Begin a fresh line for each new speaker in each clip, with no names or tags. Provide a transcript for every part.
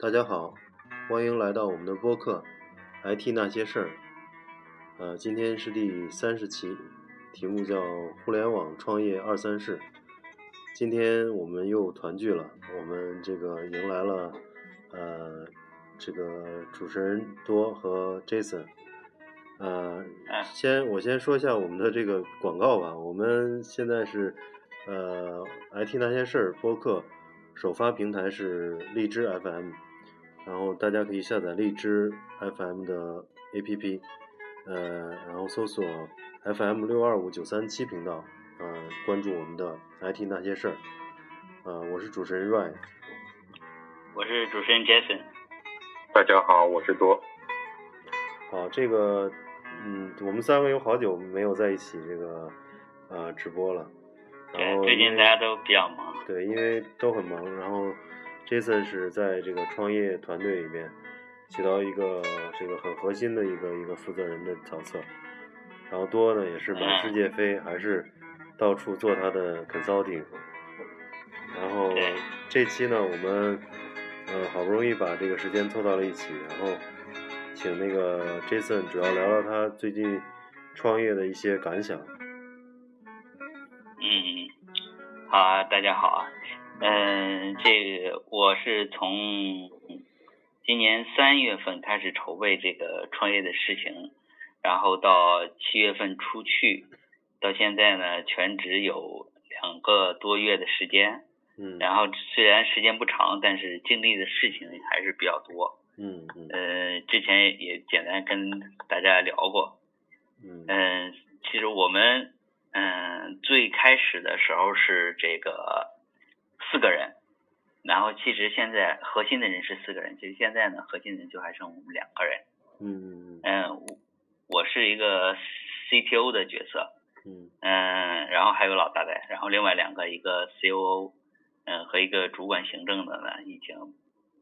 大家好，欢迎来到我们的播客《IT 那些事儿》。呃，今天是第三十期，题目叫《互联网创业二三事》。今天我们又团聚了，我们这个迎来了呃这个主持人多和 Jason。呃，先我先说一下我们的这个广告吧。我们现在是呃 IT 那些事儿播客首发平台是荔枝 FM，然后大家可以下载荔枝 FM 的 APP，呃，然后搜索 FM 六二五九三七频道，呃，关注我们的 IT 那些事儿。呃，我是主持人 Ryan。
我是主持人 Jason。
大家好，我是多。
好，这个嗯，我们三个有好久没有在一起这个呃直播了。然
对，
后
哎最
因
近
为
大家都比较忙。
对，因为都很忙。然后 Jason 是在这个创业团队里面起到一个这个很核心的一个一个负责人的角色。然后多呢也是满世界飞，还是到处做他的 consulting。然后
对
这期呢，我们呃好不容易把这个时间凑到了一起，然后请那个 Jason 主要聊聊他最近创业的一些感想。
嗯，好啊，大家好啊。嗯，这个我是从今年三月份开始筹备这个创业的事情，然后到七月份出去，到现在呢全职有两个多月的时间。
嗯
然后虽然时间不长，但是经历的事情还是比较多。
嗯嗯
呃，之前也简单跟大家聊过，
嗯
嗯，其实我们嗯最开始的时候是这个四个人，然后其实现在核心的人是四个人，其实现在呢核心人就还剩我们两个人。
嗯嗯
嗯，我我是一个 CTO 的角色，
嗯
嗯，然后还有老大在，然后另外两个一个 COO，嗯和一个主管行政的呢已经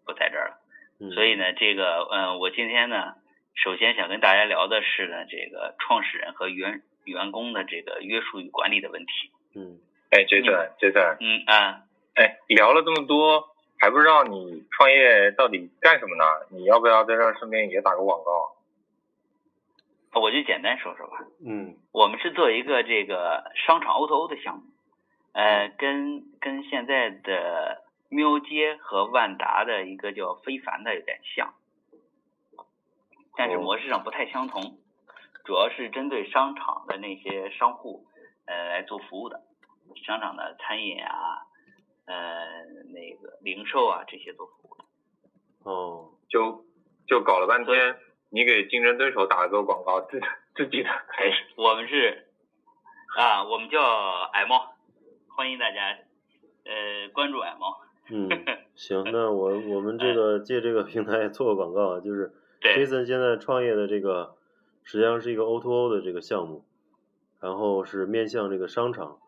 不在这儿了。
嗯，
所以呢，这个呃，我今天呢，首先想跟大家聊的是呢，这个创始人和员员工的这个约束与管理的问题。
嗯。
哎，Jason，Jason，
嗯啊，
哎，聊了这么多，还不知道你创业到底干什么呢？你要不要在这儿顺便也打个广告？
我就简单说说吧。
嗯
我们是做一个这个商场 O to O 的项目，呃，跟跟现在的喵街和万达的一个叫非凡的有点像，但是
哦
模式上不太相同，主要是针对商场的那些商户，呃，来做服务的，商场的餐饮啊，呃，那个零售啊这些做服务的。
哦，
就就搞了半天，你给竞争对手打了个广告，自自己的还是
我们是啊，我们叫矮猫，欢迎大家呃关注矮猫。
嗯，行，那我我们这个借这个平台也做个广告啊，就是
对，
Jason 现在创业的这个实际上是一个 O2O 的这个项目，然后是面向这个商场，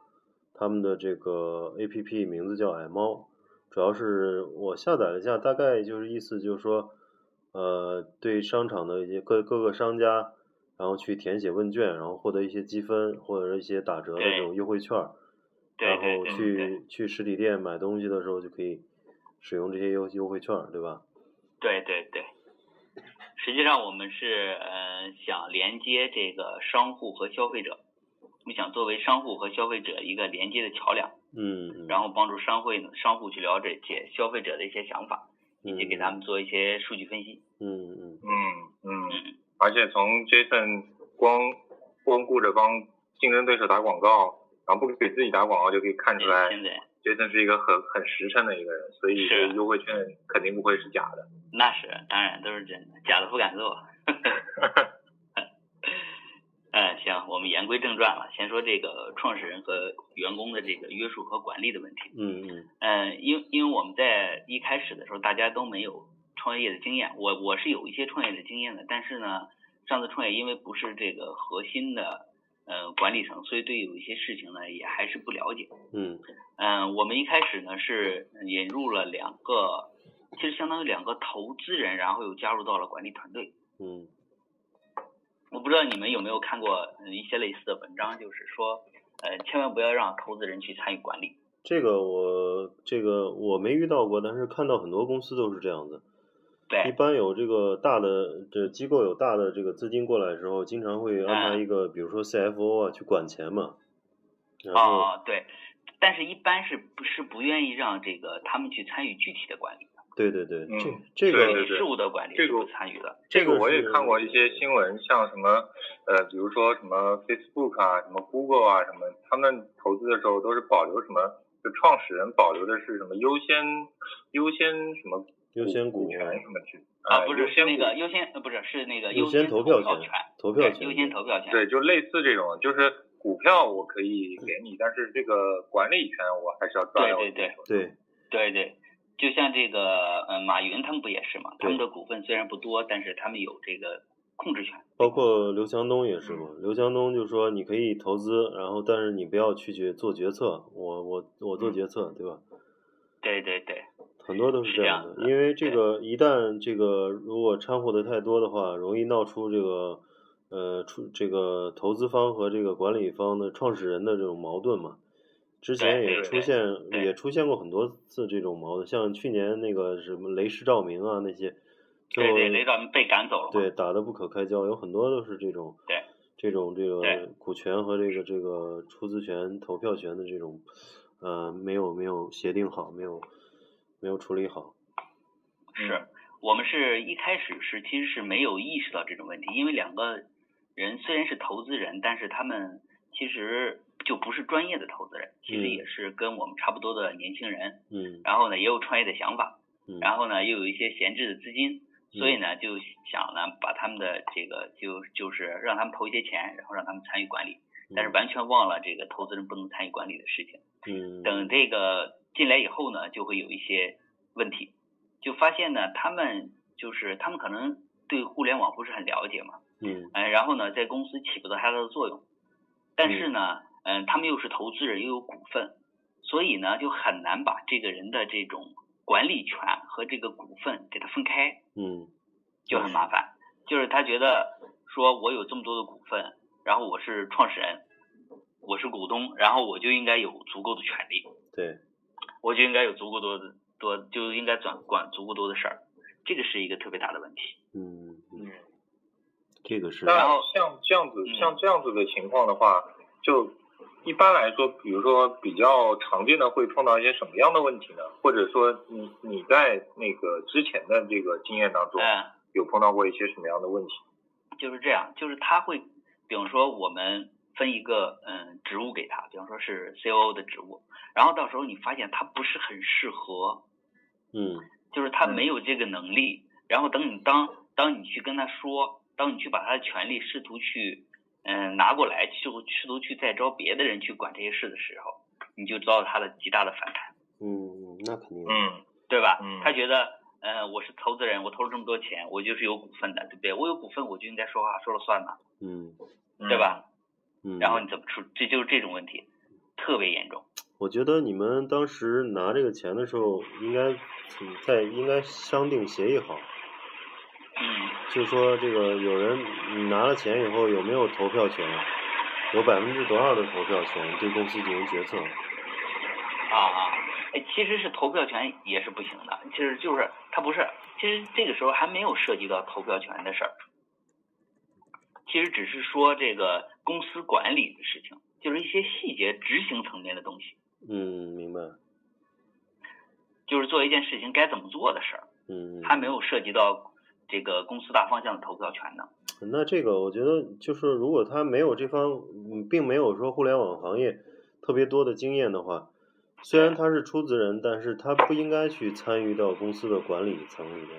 他们的这个 APP 名字叫矮猫，主要是我下载了一下，大概就是意思就是说，呃，对商场的一些各各个商家，然后去填写问卷，然后获得一些积分或者是一些打折的这种优惠券儿。
对
然
对
后
对对
去去实体店买东西的时候就可以使用这些优优惠券儿，对吧？
对对对。实际上，我们是呃想连接这个商户和消费者，我们想作为商户和消费者一个连接的桥梁，
嗯，嗯
然后帮助商会商户去了解解消费者的一些想法，以及给他们做一些数据分析。
嗯嗯
嗯嗯，
嗯，
而且从 Jason 光光顾着帮竞争对手打广告，然后不给自己打广告，就可以看出来
现在
Jason 是一个很很实诚的一个人，所以
是
这个优惠券肯定不会是假的。
那是当然都是真的，假的不敢做。 嗯，行，我们言归正传了，先说这个创始人和员工的这个约束和管理的问题。
嗯嗯
嗯，因因为我们在一开始的时候，大家都没有创业的经验，我我是有一些创业的经验的，但是呢，上次创业因为不是这个核心的呃管理层，所以对有一些事情呢也还是不了解。
嗯
嗯，我们一开始呢是引入了两个，其实相当于两个投资人，然后又加入到了管理团队。
嗯
呃我不知道你们有没有看过嗯一些类似的文章，就是说，呃，千万不要让投资人去参与管理。
这个我这个我没遇到过，但是看到很多公司都是这样子。一
对，
般有这个大的这机构有大的这个资金过来的时候，经常会安排一个，比如说 CFO 啊去管钱嘛。然后、
哦，对，但是一般是不是不愿意让这个他们去参与具体的管理，
对对对，
嗯
这这
对
个
对对
事务的管理
这
是
个
不参与的。
这
这
个
个我也
是
看过一些新闻，像什么呃，比如说什么 Facebook 啊、什么 Google 啊什么，他们投资的时候都是保留什么，就创始人保留的是什么优先优先什么
优先股
股权什么去
啊，
呃
不
优
是
先
是那
股
个优先，呃，不是是那个
优
先
先投票
权
权，投票
对
权
优先投票权，
对，就类似这种，就是股票我可以给你，但是这个管理权我还是要抓在我
对对
自己手里
对
对对，就像这个呃马云他们不也是嘛？他们
对
的股份虽然不多，但是他们有这个控制权。
包括刘强东也是嘛，刘强东就说你可以投资，然后但是你不要去决做决策，我我我做
嗯
决策，对吧？
对对对
很多都是
是
这
这
样
样
的，
的
因为这个一旦这个如果掺和的太多的话，容易闹出这个呃出这个投资方和这个管理方的创始人的这种矛盾嘛。之前
对
也
对
出
对
现
对
也出现过很多次这种矛盾，像去年那个什么雷石照明啊那些，最
对
后
对，雷导被赶走了嘛？
对打得不可开交，有很多都是这种
对
这种这个
对
股权和这个这个出资权、投票权的这种呃没有没有协定好，没有没有处理好。
嗯
是我们是一开始是其实是没有意识到这种问题，因为两个人虽然是投资人，但是他们其实就不是专业的投资人，其实
嗯
也是跟我们差不多的年轻人，
嗯
然后呢也有创业的想法，
嗯，
然后呢又有一些闲置的资金，所以
嗯
呢就想呢把他们的这个就就是让他们投一些钱，然后让他们参与管理，但是完全忘了这个投资人不能参与管理的事情。
嗯
等这个进来以后呢，就会有一些问题，就发现呢他们就是他们可能对互联网不是很了解嘛，
嗯
嗯、然后呢在公司起不到太大的作用，但是呢，嗯、他们又是投资人又有股份，所以呢就很难把这个人的这种管理权和这个股份给它分开。
嗯
就很麻烦。就是他觉得说我有这么多的股份，然后我是创始人，我是股东，然后我就应该有足够的权利，
对
我就应该有足够多的多，就应该管管足够多的事儿。这个是一个特别大的问题。
嗯嗯
嗯
这个是
那
后
像这样子
嗯，
像这样子的情况的话，就一般来说，比如说比较常见的会碰到一些什么样的问题呢？或者说你你在那个之前的这个经验当中，
嗯，
有碰到过一些什么样的问题？
就是这样，就是他会，比方说我们分一个嗯职务给他，比方说是 COO 的职务，然后到时候你发现他不是很适合，
嗯
就是他
嗯
没有这个能力。然后等你当当你去跟他说，当你去把他的权利试图去嗯、呃拿过来，试图试图去再招别的人去管这些事的时候，你就遭到他的极大的反弹，
嗯，那肯定
嗯
对吧？
嗯
他觉得呃我是投资人，我投了这么多钱，我就是有股份的，对不对？我有股份我就应该说话说了算嘛，
嗯
对？吧？
嗯，
然后你怎么处？这就是这种问题，特别严重。
我觉得你们当时拿这个钱的时候，应该嗯在应该商定协议好，
嗯，
就说这个有人你拿了钱以后有没有投票权，有百分之多少的投票权对公司进行决策，
啊啊，哎，其实是投票权也是不行的，其实就是他不是，其实这个时候还没有涉及到投票权的事儿，其实只是说这个公司管理的事情，就是一些细节执行层面的东西，
嗯，明白，
就是做一件事情该怎么做的事儿，
嗯，
还没有涉及到这个公司大方向的投票权呢。
那这个我觉得就是，如果他没有这方，嗯并没有说互联网行业特别多的经验的话，虽然他是出资人，但是他不应该去参与到公司的管理层里面。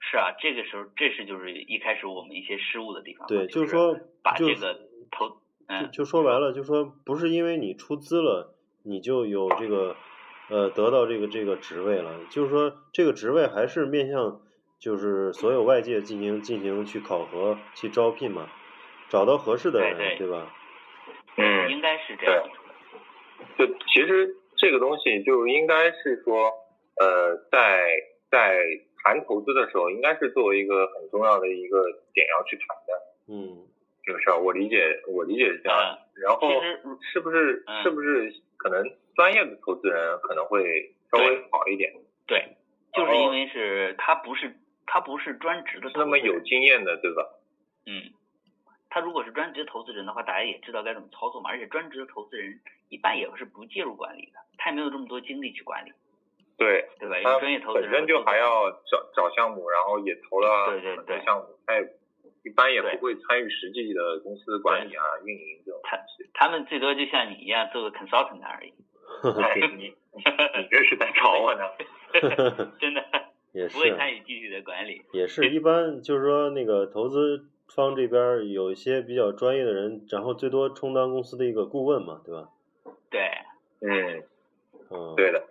是啊，这个时候这是就是一开始我们一些失误的地方嘛，
对，
就是
说，
把
就
这个投
就
嗯
就说白了，就说不是因为你出资了，你就有这个呃得到这个这个职位了，就是说这个职位还是面向就是所有外界进行进行去考核、去招聘嘛，找到合适的
对
人，
对
对吧？
嗯，
应该是这样
对，就其实这个东西就应该是说，呃，在在谈投资的时候，应该是作为一个很重要的一个点要去谈的
嗯
这个事儿。我理解，我理解是这样的。
嗯
然后
其实
是不是
嗯
是不是可能专业的投资人可能会稍微好一点，
对，就是
呃
因为是他不是他不是专职的投
不是
资
那
人，
么有经验的，对吧？
嗯，他如果是专职的投资人的话，大家也知道该怎么操作嘛。而且专职的投资人一般也是不介入管理的，他也没有这么多精力去管理，
对，
对吧？因
他
为专业投资
本
人
身就
会做
还要找找项目，然后也投了
对对
很多
对
项目，他也一般也
对
不会参与实际的公司管理啊、运营这种东西。
他们最多就像你一样做个 consultant 而已，
你 你这是在找我呢？
真的
也
不会
是啊
参与具体的管理。
也是一般，就是说那个投资方这边儿有一些比较专业的人，然后最多充当公司的一个顾问嘛，对吧？
对，
嗯，
嗯，
对的，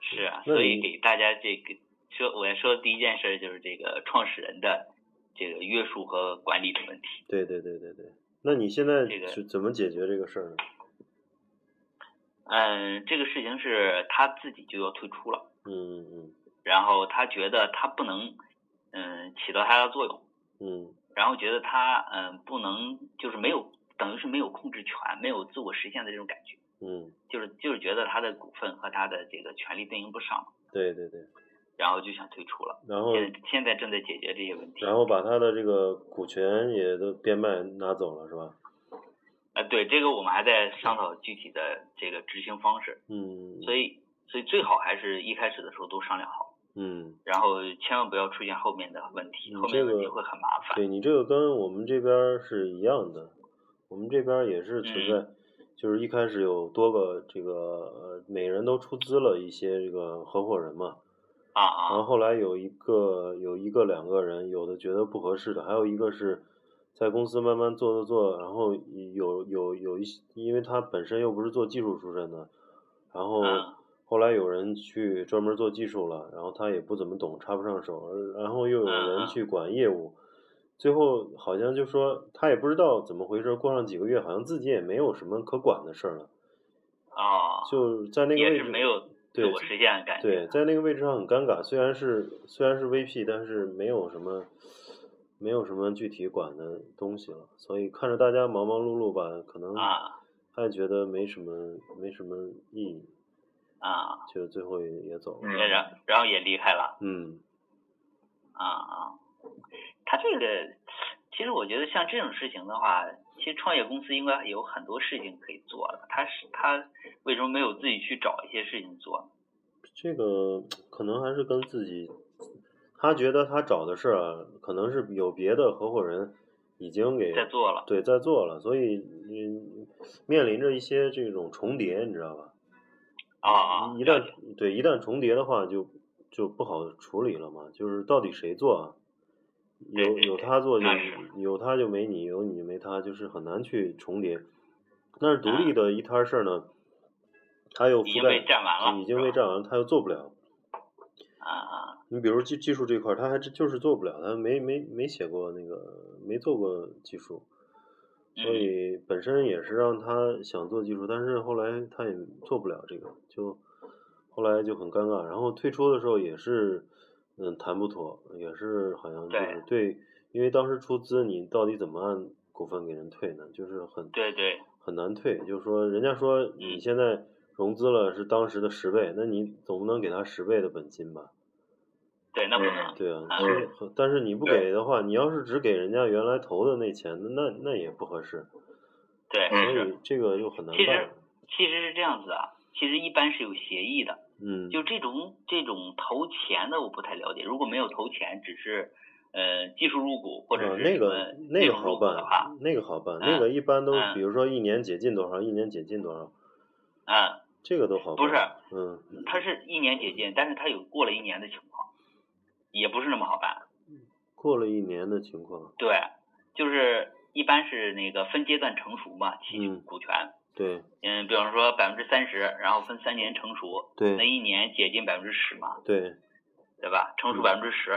是啊，
那
所以
你
给大家这个说，我要说的第一件事就是这个创始人的这个约束和管理的问题。
对对对对对。那你现在
这个
是怎么解决这个事儿呢？
嗯，这个事情是他自己就要退出了，
嗯
然后他觉得他不能，嗯，起到他的作用，
嗯嗯
然后觉得他嗯不能就是没有等于是没有控制权，没有自我实现的这种感觉，
嗯，
就是就是觉得他的股份和他的这个权利对应不上，
对对对。
然后就想退出了。
然后
现在现在正在解决这些问题。
嗯然后把他的这个股权也都变卖拿走了是吧？
呃，对，这个我们还在商讨具体的这个执行方式，
嗯，
所以所以最好还是一开始的时候都商量好，
嗯，
然后千万不要出现后面的问题，
嗯
后面的问题
这个
会很麻烦。
对你这个跟我们这边儿是一样的，我们这边儿也是存在，
嗯
就是一开始有多个这个呃，每人都出资了一些这个合伙人嘛，
啊
然后
啊，
后来有一个有一个两个人，有的觉得不合适的，还有一个是在公司慢慢做做做，然后有有有一些，因为他本身又不是做技术出身的，然后
嗯
后来有人去专门做技术了，然后他也不怎么懂，插不上手，而然后又有
嗯
人
嗯
去管业务，最后好像就说他也不知道怎么回事，过上几个月好像自己也没有什么可管的事儿了，
啊，
就在那个
也
位
是
置
没有自
对
我实现的感
对，
觉。
在那个位置上很尴尬，虽然是虽然是 VP，但是没有什么没有什么具体管的东西了，所以看着大家忙忙碌碌吧，可能
啊
他也觉得没什么没什么意义，
啊，
就最后也也走了。
嗯
也然然后也离开了
嗯
啊啊，他这个其实我觉得像这种事情的话，其实创业公司应该有很多事情可以做的，他是他为什么没有自己去找一些事情做呢？
这个可能还是跟自己，他觉得他找的事儿啊，可能是有别的合伙人已经给
在做了。
对在做了，所以嗯面临着一些这种重叠，你知道吧？
啊啊！
一
了
旦
解
对一旦重叠的话就，就不好处理了嘛。就是到底谁做啊？
对
有
对
有
对
他做就
那是
有他就没你，有你没他，就是很难去重叠。但是独立的一摊事儿呢，他又
啊已
覆
经被
盖
占完了，
已经被
是吧
占完了，他又做不了。
啊啊
你比如技技术这块儿，他还真就是做不了，他没没没写过那个，没做过技术，所
嗯
以本身也是让他想做技术，但是后来他也做不了这个，就后来就很尴尬。然后退出的时候也是，嗯，谈不妥，也是好像就是对，因为当时出资，你到底怎么按股份给人退呢？就是很
对对
很难退，就是说人家说你
嗯
现在融资了是当时的十倍，那你总不能给他十倍的本金吧？
对，那不
嗯
能。
对啊，
啊
所以很但是你不
对
给的话，你要是只给人家原来投的那钱，那那那也不合适，
对，
所
嗯
是
以这个就很难
其
办
实。其实是这样子啊，其实一般是有协议的。
嗯，
就这种这种投钱的，我不太了解。如果没有投钱，只是呃技术入股或者
啊
是
那
什
个
么
那
内
个
容入
好
股的话，
办，那个好办，那
嗯
个一般都
嗯
比如说一年解禁多少，一年解禁多少，
啊，
这个都好办。
不是
嗯，
它是一年解禁，但是它有过了一年的情况，也不是那么好办。
过了一年的情况，
对，就是一般是那个分阶段成熟嘛，期
嗯
股权。
对
嗯，比方说百分之三十，然后分三年成熟，那
对
一年解禁百分之十嘛，
对，
对吧？成熟百分之十，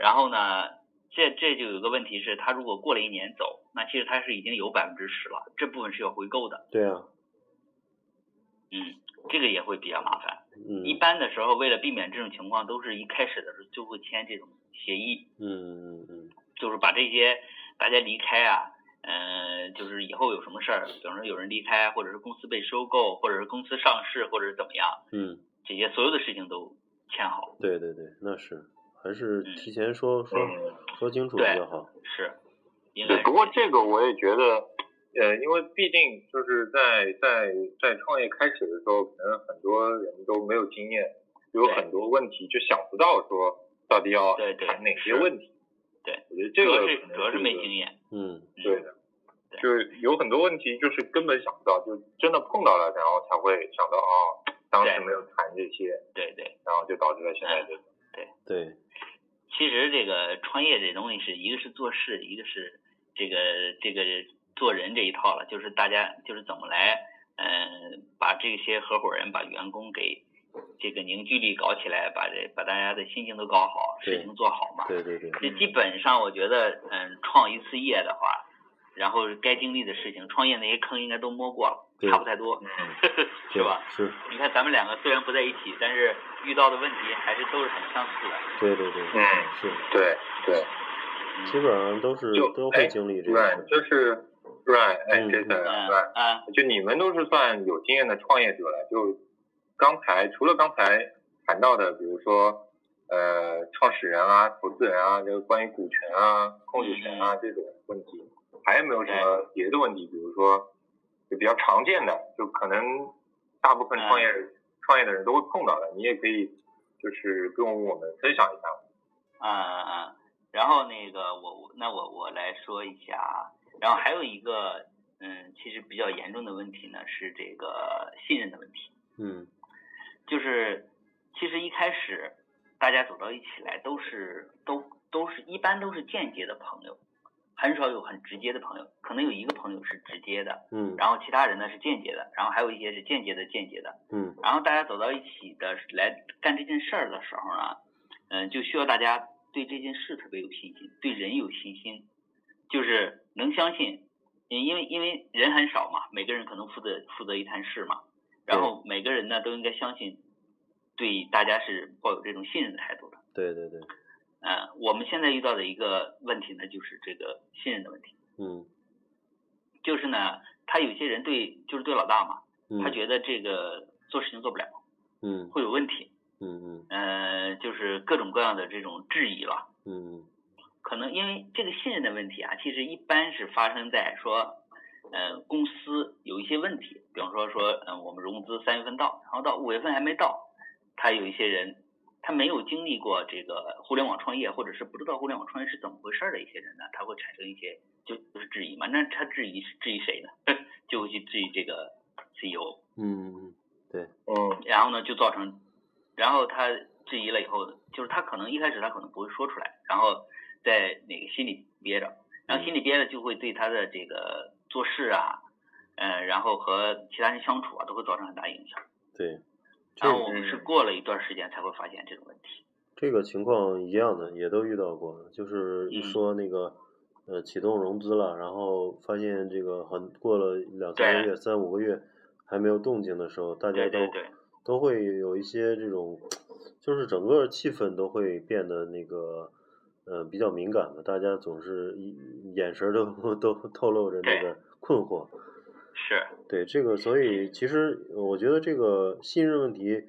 然后呢，这这就有个问题是，他如果过了一年走，那其实他是已经有百分之十了，这部分是要回购的，
对啊，
嗯，这个也会比较麻烦。
嗯
一般的时候，为了避免这种情况，都是一开始的时候就会签这种协议，
嗯嗯嗯
就是把这些大家离开啊，嗯、呃，就是以后有什么事儿，比方说有人离开，或者是公司被收购，或者是公司上市，或者是怎么样，
嗯，
这些所有的事情都签好。
对对对，那是还是
嗯
提前说说
嗯
说清楚比
对
较好。
是，应该
对，
是
不过这个我也觉得，呃，因为毕竟就是在在在创业开始的时候，可能很多人都没有经验，有
对
很多问题就想不到说到底要
对对
谈哪些
是
问题。
对，
我觉得
主
这
要
个
是
可能
主要是
一
没
个
经验。
嗯，
嗯
对的
对，
就是有很多问题就是根本想不到，就真的碰到了，然后才会想到哦，当时
对
没有谈这些，
对对，
然后就导致了现在这个。
对，
其实这个创业这东西是一个是做事，一个是这个这个做人这一套了，就是大家就是怎么来，嗯、把这些合伙人、把员工给这个凝聚力搞起来，把这把大家的心情都搞好，
对
事情做好嘛。
对对对，
这基本上我觉得，嗯，创一次业的话，然后该经历的事情，创业那些坑应该都摸过了，
对
差不太多，
嗯
是
对
吧？？
是，
你看咱们两个虽然不在一起，但是遇到的问题还是都是很相似的。
对对对，
嗯，
是，
对对，
嗯
基本上都是
就
都
哎
会经历这个
对，
事。
就是对，哎，
嗯
这
嗯
个
嗯
对。
啊，
就你们都是算有经验的创业者了。就刚才除了刚才谈到的，比如说呃创始人啊、投资人啊，就是关于股权啊、控制权啊这种问题，还有没有什么别的问题？比如说就比较常见的，就可能大部分创业、创业的人都会碰到的，你也可以就是跟我们分享一下。
啊啊！然后那个我我那我我来说一下啊，然后还有一个嗯，其实比较严重的问题呢是这个信任的问题，
嗯
就是其实一开始大家走到一起来都是都都是一般都是间接的朋友，很少有很直接的朋友，可能有一个朋友是直接的，
嗯
然后其他人呢是间接的，然后还有一些是间接的间接的，
嗯
然后大家走到一起的来干这件事儿的时候呢，嗯、就需要大家对这件事特别有信心，对人有信心，就是能相信，因因为因为人很少嘛，每个人可能负责负责一摊事嘛，然后每个人呢都应该相信，对大家是抱有这种信任的态度的。
对对对，
嗯、我们现在遇到的一个问题呢，就是这个信任的问题，
嗯
就是呢，他有些人对就是对老大嘛，
嗯，
他觉得这个做事情做不了，
嗯
会有问题。
嗯嗯
呃，就是各种各样的这种质疑了。
嗯
可能因为这个信任的问题啊，其实一般是发生在说，呃，公司有一些问题，比方说说，嗯、我们融资三月份到，然后到五月份还没到，他有一些人，他没有经历过这个互联网创业，或者是不知道互联网创业是怎么回事儿的一些人呢，他会产生一些就就是质疑嘛。那他质疑是质疑谁呢？ 就会去质疑这个 E CEO。
嗯嗯，
嗯
然后呢就造成，然后他质疑了以后，就是他可能一开始他可能不会说出来，然后在那个心里憋着，然后心里憋着就会对他的这个做事啊，呃，然后和其他人相处啊，都会造成很大影响。
对，这
然后
个
我们是
嗯
过了一段时间才会发现这种问题。
这个情况一样的，也都遇到过，就是一
嗯
说那个。呃，启动融资了，然后发现这个很过了两三个
对
月、三五个月还没有动静的时候，大家
对
都
对对
都会有一些这种，就是整个气氛都会变得那个，呃，比较敏感的，大家总是一眼神儿都 都透露着那个困惑。
是，
对这个，所以其实我觉得这个信任问题，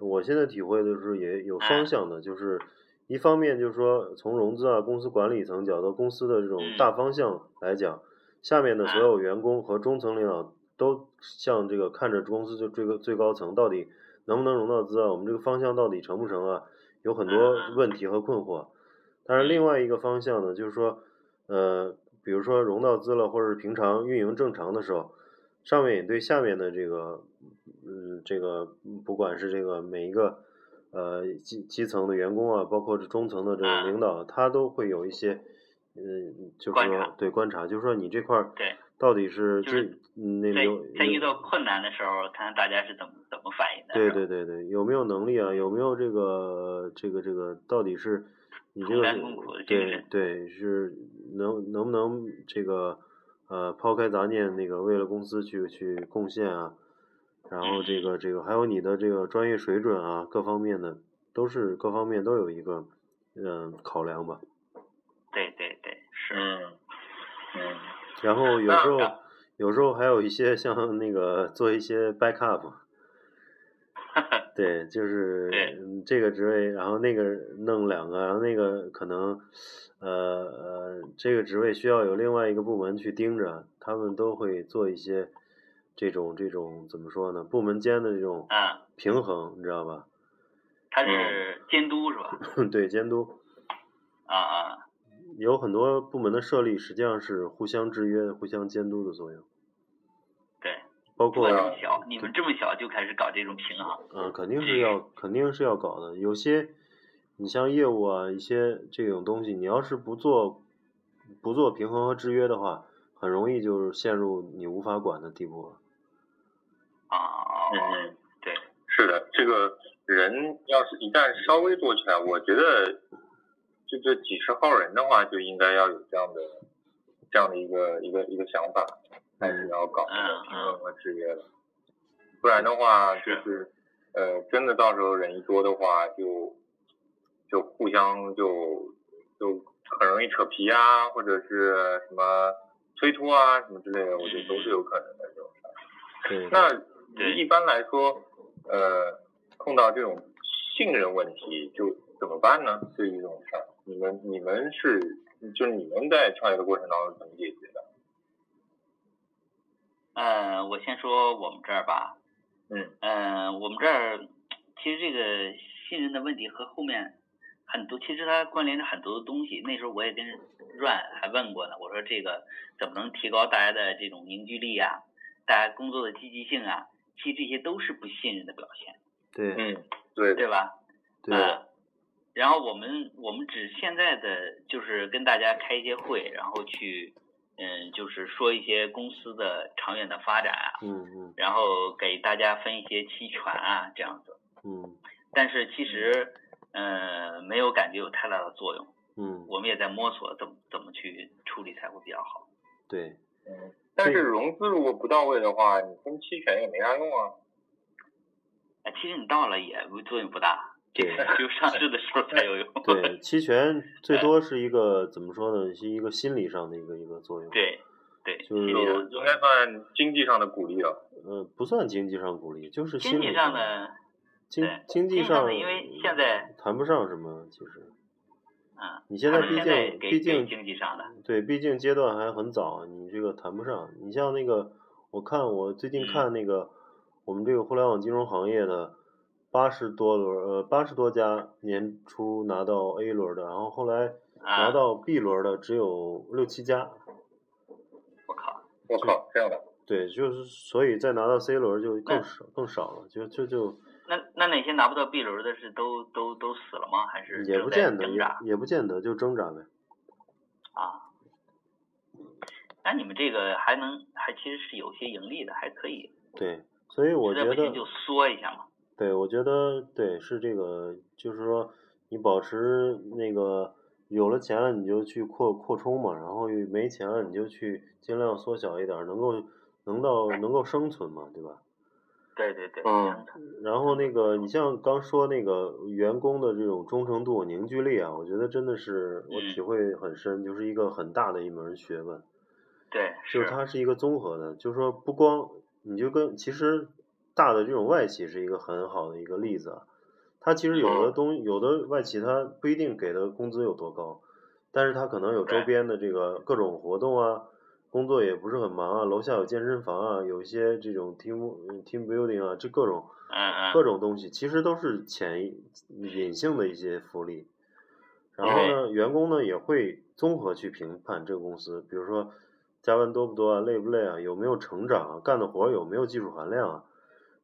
我现在体会的是也有
嗯
双向的，就是一方面就是说从融资啊、公司管理层角度、公司的这种
嗯
大方向来讲，下面的所
啊
有员工和中层领导都向这个看着公司最最高最高层到底能不能融到资啊，我们这个方向到底成不成啊，有很多
嗯嗯嗯
问题和困惑。但是另外一个方向呢，就是说，呃，比如说融到资了，或者是平常运营正常的时候，上面也对下面的这个，嗯，这个嗯不管是这个每一个呃基基层的员工啊，包括是中层的这
啊
种领导，他都会有一些，嗯，就是
观察
说对观察，就是说你这块儿
对
到底是
就
这
是
嗯那
在
有
在遇
有
到困难的时候，看看大家是怎么怎么反应的。
对
是吧
对对对，有没有能力啊？有没有这个这个这个？到底是你这
承
个
担
是
痛苦的精
对
神
对是能能不能这个呃抛开杂念，那个为了公司去去贡献啊？然后这个这个还有你的这个专业水准啊，各方面的都是各方面都有一个嗯、呃考量吧。
对对对，是。
嗯嗯，
然后有
啊
时候
那
有时候还有一些像那个做一些 backup，对，就是
对
嗯这个职位，然后那个弄两个，然后那个可能，呃呃，这个职位需要有另外一个部门去盯着，他们都会做一些这种这种怎么说呢，部门间的这种
嗯，
平衡，你知道吧？
他是监督是吧？
对，监督
啊啊，
有很多部门的设立实际上是互相制约、互相监督的作用，
对，
包
我
括
这么小，你们这么小就开始搞这种平衡，
嗯，肯定是要，肯定是要搞的。有些，你像业务啊，一些这种东西，你要是不做，不做平衡和制约的话，很容易就是陷入你无法管的地步了。
啊，
嗯，
对，
是的，这个人要是一旦稍微多起来，我觉得就这几十号人的话，就应该要有这样的这样的一个一个一个想法，开始要搞这个平衡和制约了。不然的话，就是呃，真的到时候人一多的话，就就互相就就很容易扯皮啊，或者是什么推脱啊什么之类的，我觉得都是有可能的这种事儿。
对，
那
对
一般来说，呃，碰到这种信任问题，就怎么办呢？对于这种事儿，你们你们是就是你们在创业的过程当中怎么解决的？
呃，我先说我们这儿吧，
嗯，
呃，我们这儿其实这个信任的问题和后面很多，其实它关联着很多的东西。那时候我也跟 Run 还问过呢，我说这个怎么能提高大家的这种凝聚力啊，大家工作的积极性啊，其实这些都是不信任的表现，
对，
嗯，对
对
的，
吧？
对，
呃然后我们我们只现在的就是跟大家开一些会，然后去嗯，就是说一些公司的长远的发展啊，
嗯嗯
然后给大家分一些期权啊，这样子。
嗯
但是其实，呃，没有感觉有太大的作用。
嗯，
我们也在摸索怎么怎么去处理才会比较好。
对，
嗯。但是融资如果不到位的话，你分期权也没啥用啊。
哎，其实你到了也不作用不大，这
对
个只有上市的时候才有用。
对，期权最多是一个怎么说呢？是一个心理上的一个一个作用。，
对对，
就是
心理
就
上
应该算经济上的鼓励了。
呃，不算经济上鼓励，就是
经
心
济
理
上
的。
呢，
经
对
经济
经济上
上
的，因为现在
谈不上什么，其实。
嗯，
你现在
他们
毕
现在
竟
给
毕
给
竟
经济上的，
对，毕竟阶段还很早，你这个谈不上。你像那个，我看我最近
嗯
看那个，我们这个互联网金融行业的八十多轮儿，呃，八十多家年初拿到 A 轮儿的，然后后来拿
啊
到 B 轮儿的只有六七家。
我靠，
我靠，这样的，
对，就是所以再拿到 C 轮儿就更
那
少更少了，就就就
那那那些拿不到 B 轮的是都都都死了吗？还是
也
正
不
在
见得
挣
也
扎
也不见得就挣扎呗。
啊？那你们这个还能还其实是有些盈利的，还可以。
对，所以我
实
觉
在
得
不行就缩一下嘛。
对，我觉得对是这个，就是说你保持那个有了钱了你就去扩扩充嘛，然后没钱了你就去尽量缩小一点儿，能够能到能够生存嘛，对吧？
对对对，
嗯
生产
然后那个你像刚说那个员工的这种忠诚度、凝聚力啊，我觉得真的是我体
嗯
会很深，就是一个很大的一门学问。
对
就是它是一个综合的，就是说不光你就跟其实大的这种外企是一个很好的一个例子，啊，它其实有的
嗯
东有的外企它不一定给的工资有多高，但是它可能有周
对
边的这个各种活动啊，工作也不是很忙啊，楼下有健身房啊，有一些这种 team 嗯 team building 啊，这各种
嗯
各
嗯，
种东西其实都是潜意隐性的一些福利。然后呢，员工呢也会综合去评判这个公司，比如说加班多不多啊，累不累啊，有没有成长啊，干的活儿有没有技术含量啊，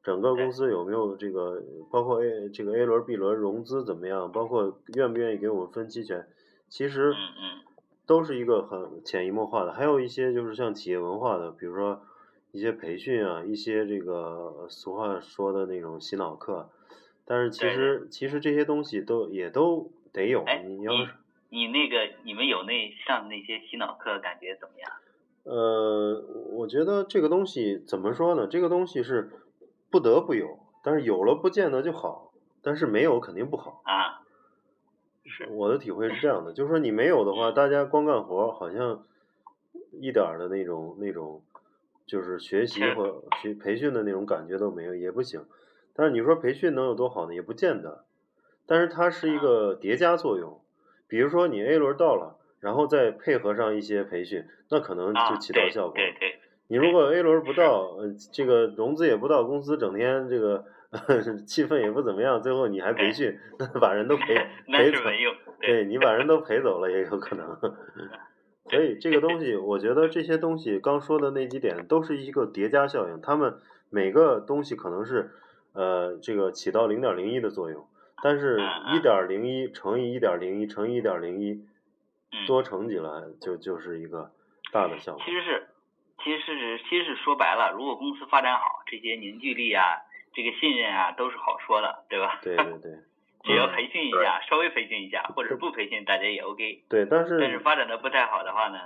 整个公司有没有这个包括 A 这个 A 轮、B 轮融资怎么样，包括愿不愿意给我们分期权，其实
嗯嗯
都是一个很潜移默化的。还有一些就是像企业文化的，比如说一些培训啊，一些这个呃俗话说的那种洗脑课。但是其
对
实其实这些东西都也都得有，
哎，
你要
你
是
你那个你们有那上那些洗脑课，感觉怎么样？
呃，我觉得这个东西怎么说呢？这个东西是不得不有，但是有了不见得就好，但是没有肯定不好。
啊，是
我的体会是这样的，就是说你没有的话，大家光干活儿好像一点儿的那种那种，就是学习
是
和学培训的那种感觉都没有，也不行。但是你说培训能有多好呢？也不见得。但是它
嗯
是一个叠加作用，比如说你 A 轮到了，然后再配合上一些培训，那可能
啊，
就起到
对
效果。
对对，
你如果 A 轮不到，呃，这个融资也不到，公司整天这个 气氛也不怎么样，最后你还培训，那把人都培
那
培
是
走，
没用。
对
对
你把人都陪走了也有可 能。所以这个东西，我觉得这些东西刚说的那几点都是一个叠加效应，他们每个东西可能是呃这个起到零点零一的作用，但
嗯
是一点零一乘以一点零一乘以一点零一
嗯
多乘起来就就是一个大的效果
其。实是，其实是，其实是说白了，如果公司发展好，这些凝聚力啊，这个信任啊，都是好说的，对吧？
对对对
只
嗯
要培训一下，稍微培训一下，或者是不培训，大家也 OK。
对，但
但是
是
发展的不太好的话呢，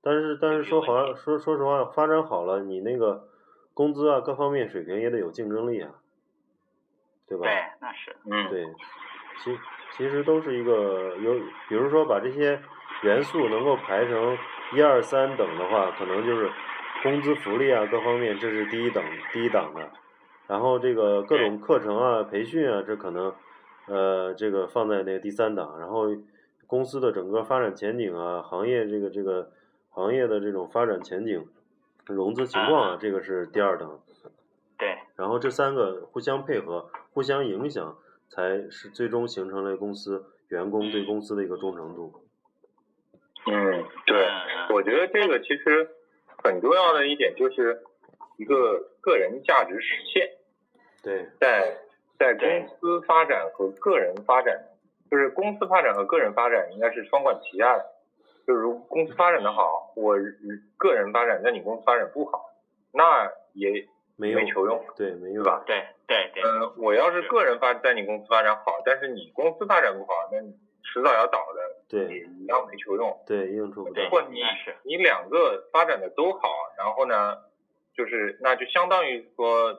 但是但是说好
有
像说说实话，发展好了，你那个工资啊各方面水平也得有竞争力啊，对吧？
对，那是，
嗯，
对，其其实都是一个有，比如说把这些元素能够排成一二三等的话，可能就是工资福利啊各方面，这是第一等第一档的。然后这个各种课程啊、培训啊，这可能呃这个放在那个第三档。然后公司的整个发展前景啊、行业这个这个行业的这种发展前景、融资情况啊，这个是第二等。
对，
然后这三个互相配合、互相影响，才是最终形成了公司员工对公司的一个忠诚度。
嗯，对，
嗯
我觉得这个其实很重要的一点就是一个个人价值实现，
对，
在在
对
公司发展和个人发展，就是公司发展和个人发展应该是双管齐下的。就是如果公司发展的好，我个人发展，那你公司发展不好，那也
没有
没球用，
对，没
对
有
吧？
对，对，对，
嗯、我要是
是
个人发在你公司发展好，但是你公司发展不好，那你迟早要倒的，
对
也一样没球用。
对，应处不到
对。
或你
那是
你两个发展的都好，然后呢，就是那就相当于说，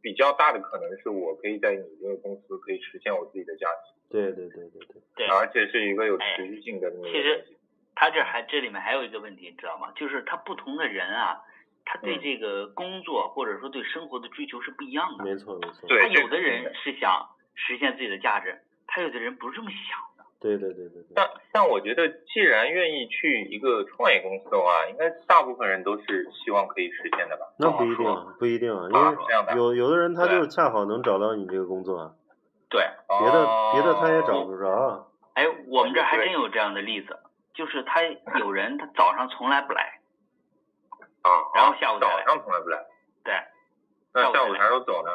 比较大的可能是我可以在你这个公司可以实现我自己的价值，
对对对对对，
对。哎
而且是一个有持续性的那
其
个
实。他这还这里面还有一个问题，你知道吗？就是他不同的人啊，他对
嗯
这个工作或者说对生活的追求是不一样的。
没错没错。
对
他
这
有的
个是
人
的
是想实现自己的价值，他有的人不是这么想的。
对对对对对。
但但我觉得，既然愿意去一个创业公司的话，应该大部分人都是希望可以实现的吧？
那不一定
啊
啊，不一定啊，因
啊这样的
为有有的人他就是恰好能找到你这个工作啊，
对，
别的别的他也
哦
找不着啊。
哎，我们这儿还
对
真有这样的例子，就是他有人他早上从来不来，
啊，
然后下午再
早
来
上从来不来，
对，
那
下
下
午
午
再
啥时候走呢？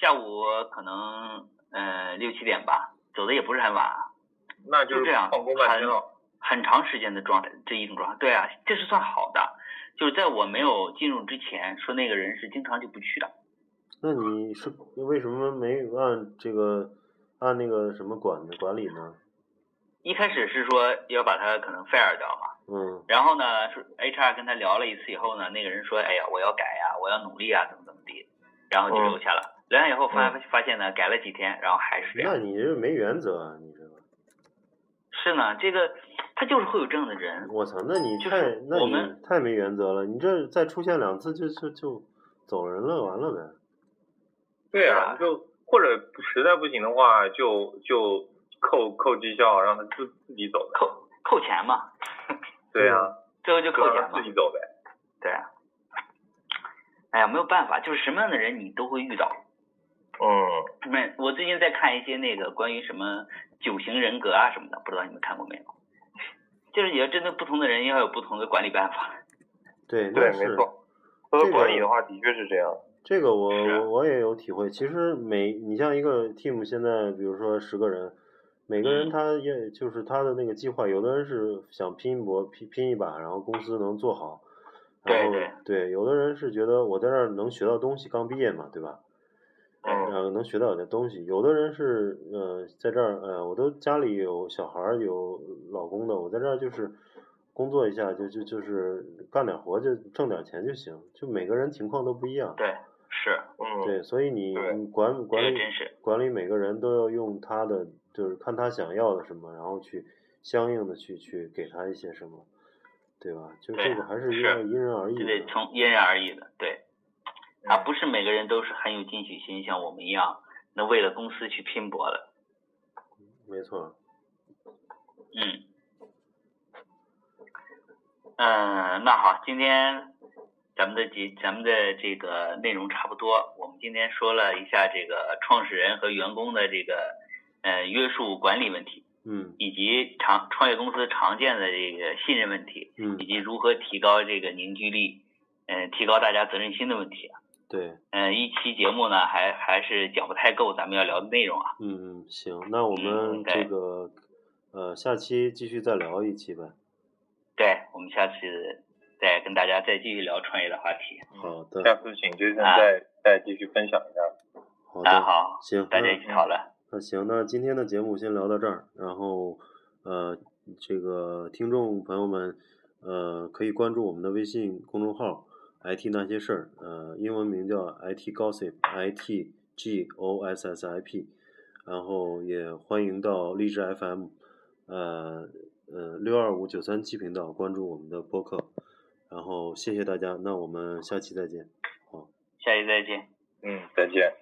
下午可能呃六七点吧，走的也不是很晚，
那就
就是这样
旷工半天了。
很长时间的状态，这一种状态，对啊，这是算好的。就是在我没有进入之前，说那个人是经常就不去的。
那你是为什么没按这个按那个什么管的管理呢？
一开始是说要把他可能 fire 掉嘛，
嗯
然后呢是，HR 跟他聊了一次以后呢，那个人说，哎呀，我要改呀、我要努力啊，怎么怎么地，然后就
嗯
留下了。留下以后发发现呢，改了几天，然后还是这样
那。你这没原则啊，你这个。
是呢，这个他就是会有这样的人。
我操，那你
就是
太、那
我
你
们
太没原则了！你这再出现两次就就就走人了，完了呗。
对
是吧
啊，就或者不实在不行的话，就就扣扣绩效，让他自自己走呗。
扣扣钱嘛，
对啊，
最后就
就
扣
让
钱
他
嘛
自。己走呗。
对啊。哎呀，没有办法，就是什么样的人你都会遇到。
嗯，
没，我最近在看一些那个关于什么九型人格啊什么的，不知道你们看过没有？就是也针对不同的人要有不同的管理办法。
对，
对
那，是
没错。
这
作
个
为管理的话，的确是这样。
这个我
是啊
我我也有体会。其实每你像一个 team 现在，比如说十个人，每个人
嗯
他也就是他的那个计划，有的人是想拼搏拼拼一把，然后公司能做好。然后
对对
有的人是觉得我在这儿能学到东西，刚毕业嘛，对吧？
嗯
呃，能学到点东西。有的人是呃，在这儿呃，我都家里有小孩儿有老公的，我在这儿就是工作一下，就就就是干点活就挣点钱就行。就每个人情况都不一样，
对，是，
嗯，
对，所以你
对
你管
这
管
个
理
真是，
管理每个人都要用他的，就是看他想要的什么，然后去相应的去去给他一些什么。对吧？就
对
这个还是
是
要因人而异
这得
的。
从因人而异的，对，
嗯
啊
他不是每个人都是很有进取心，像我们一样能为了公司去拼搏的。
没错，
嗯，嗯，那好，今天咱们的节咱们的这个内容差不多，我们今天说了一下这个创始人和员工的这个呃约束管理问题，
嗯
以及常创业公司常见的这个信任问题，
嗯
以，及如何提高这个凝聚力，嗯、提高大家责任心的问题啊。
对，
嗯、一期节目呢还还是讲不太够咱们要聊的内容啊。
嗯嗯，行，那我们
嗯
这
对
个呃下期继续再聊一期呗。
对，我们下次再跟大家再继续聊创业的话题。
好的，
下次请 Jason
啊
再、再继续分享一下。
好
大家
的，
好，
行，
大家
那
一起讨论。
那行，那今天的节目先聊到这儿，然后呃，这个听众朋友们，呃，可以关注我们的微信公众号 “IT 那些事儿”，呃，英文名叫 “IT Gossip”，I T G O S S I P，然后也欢迎到荔枝 FM，呃呃六二五九三七频道关注我们的播客，然后谢谢大家，那我们下期再见，好。
下期再见。
嗯，再见。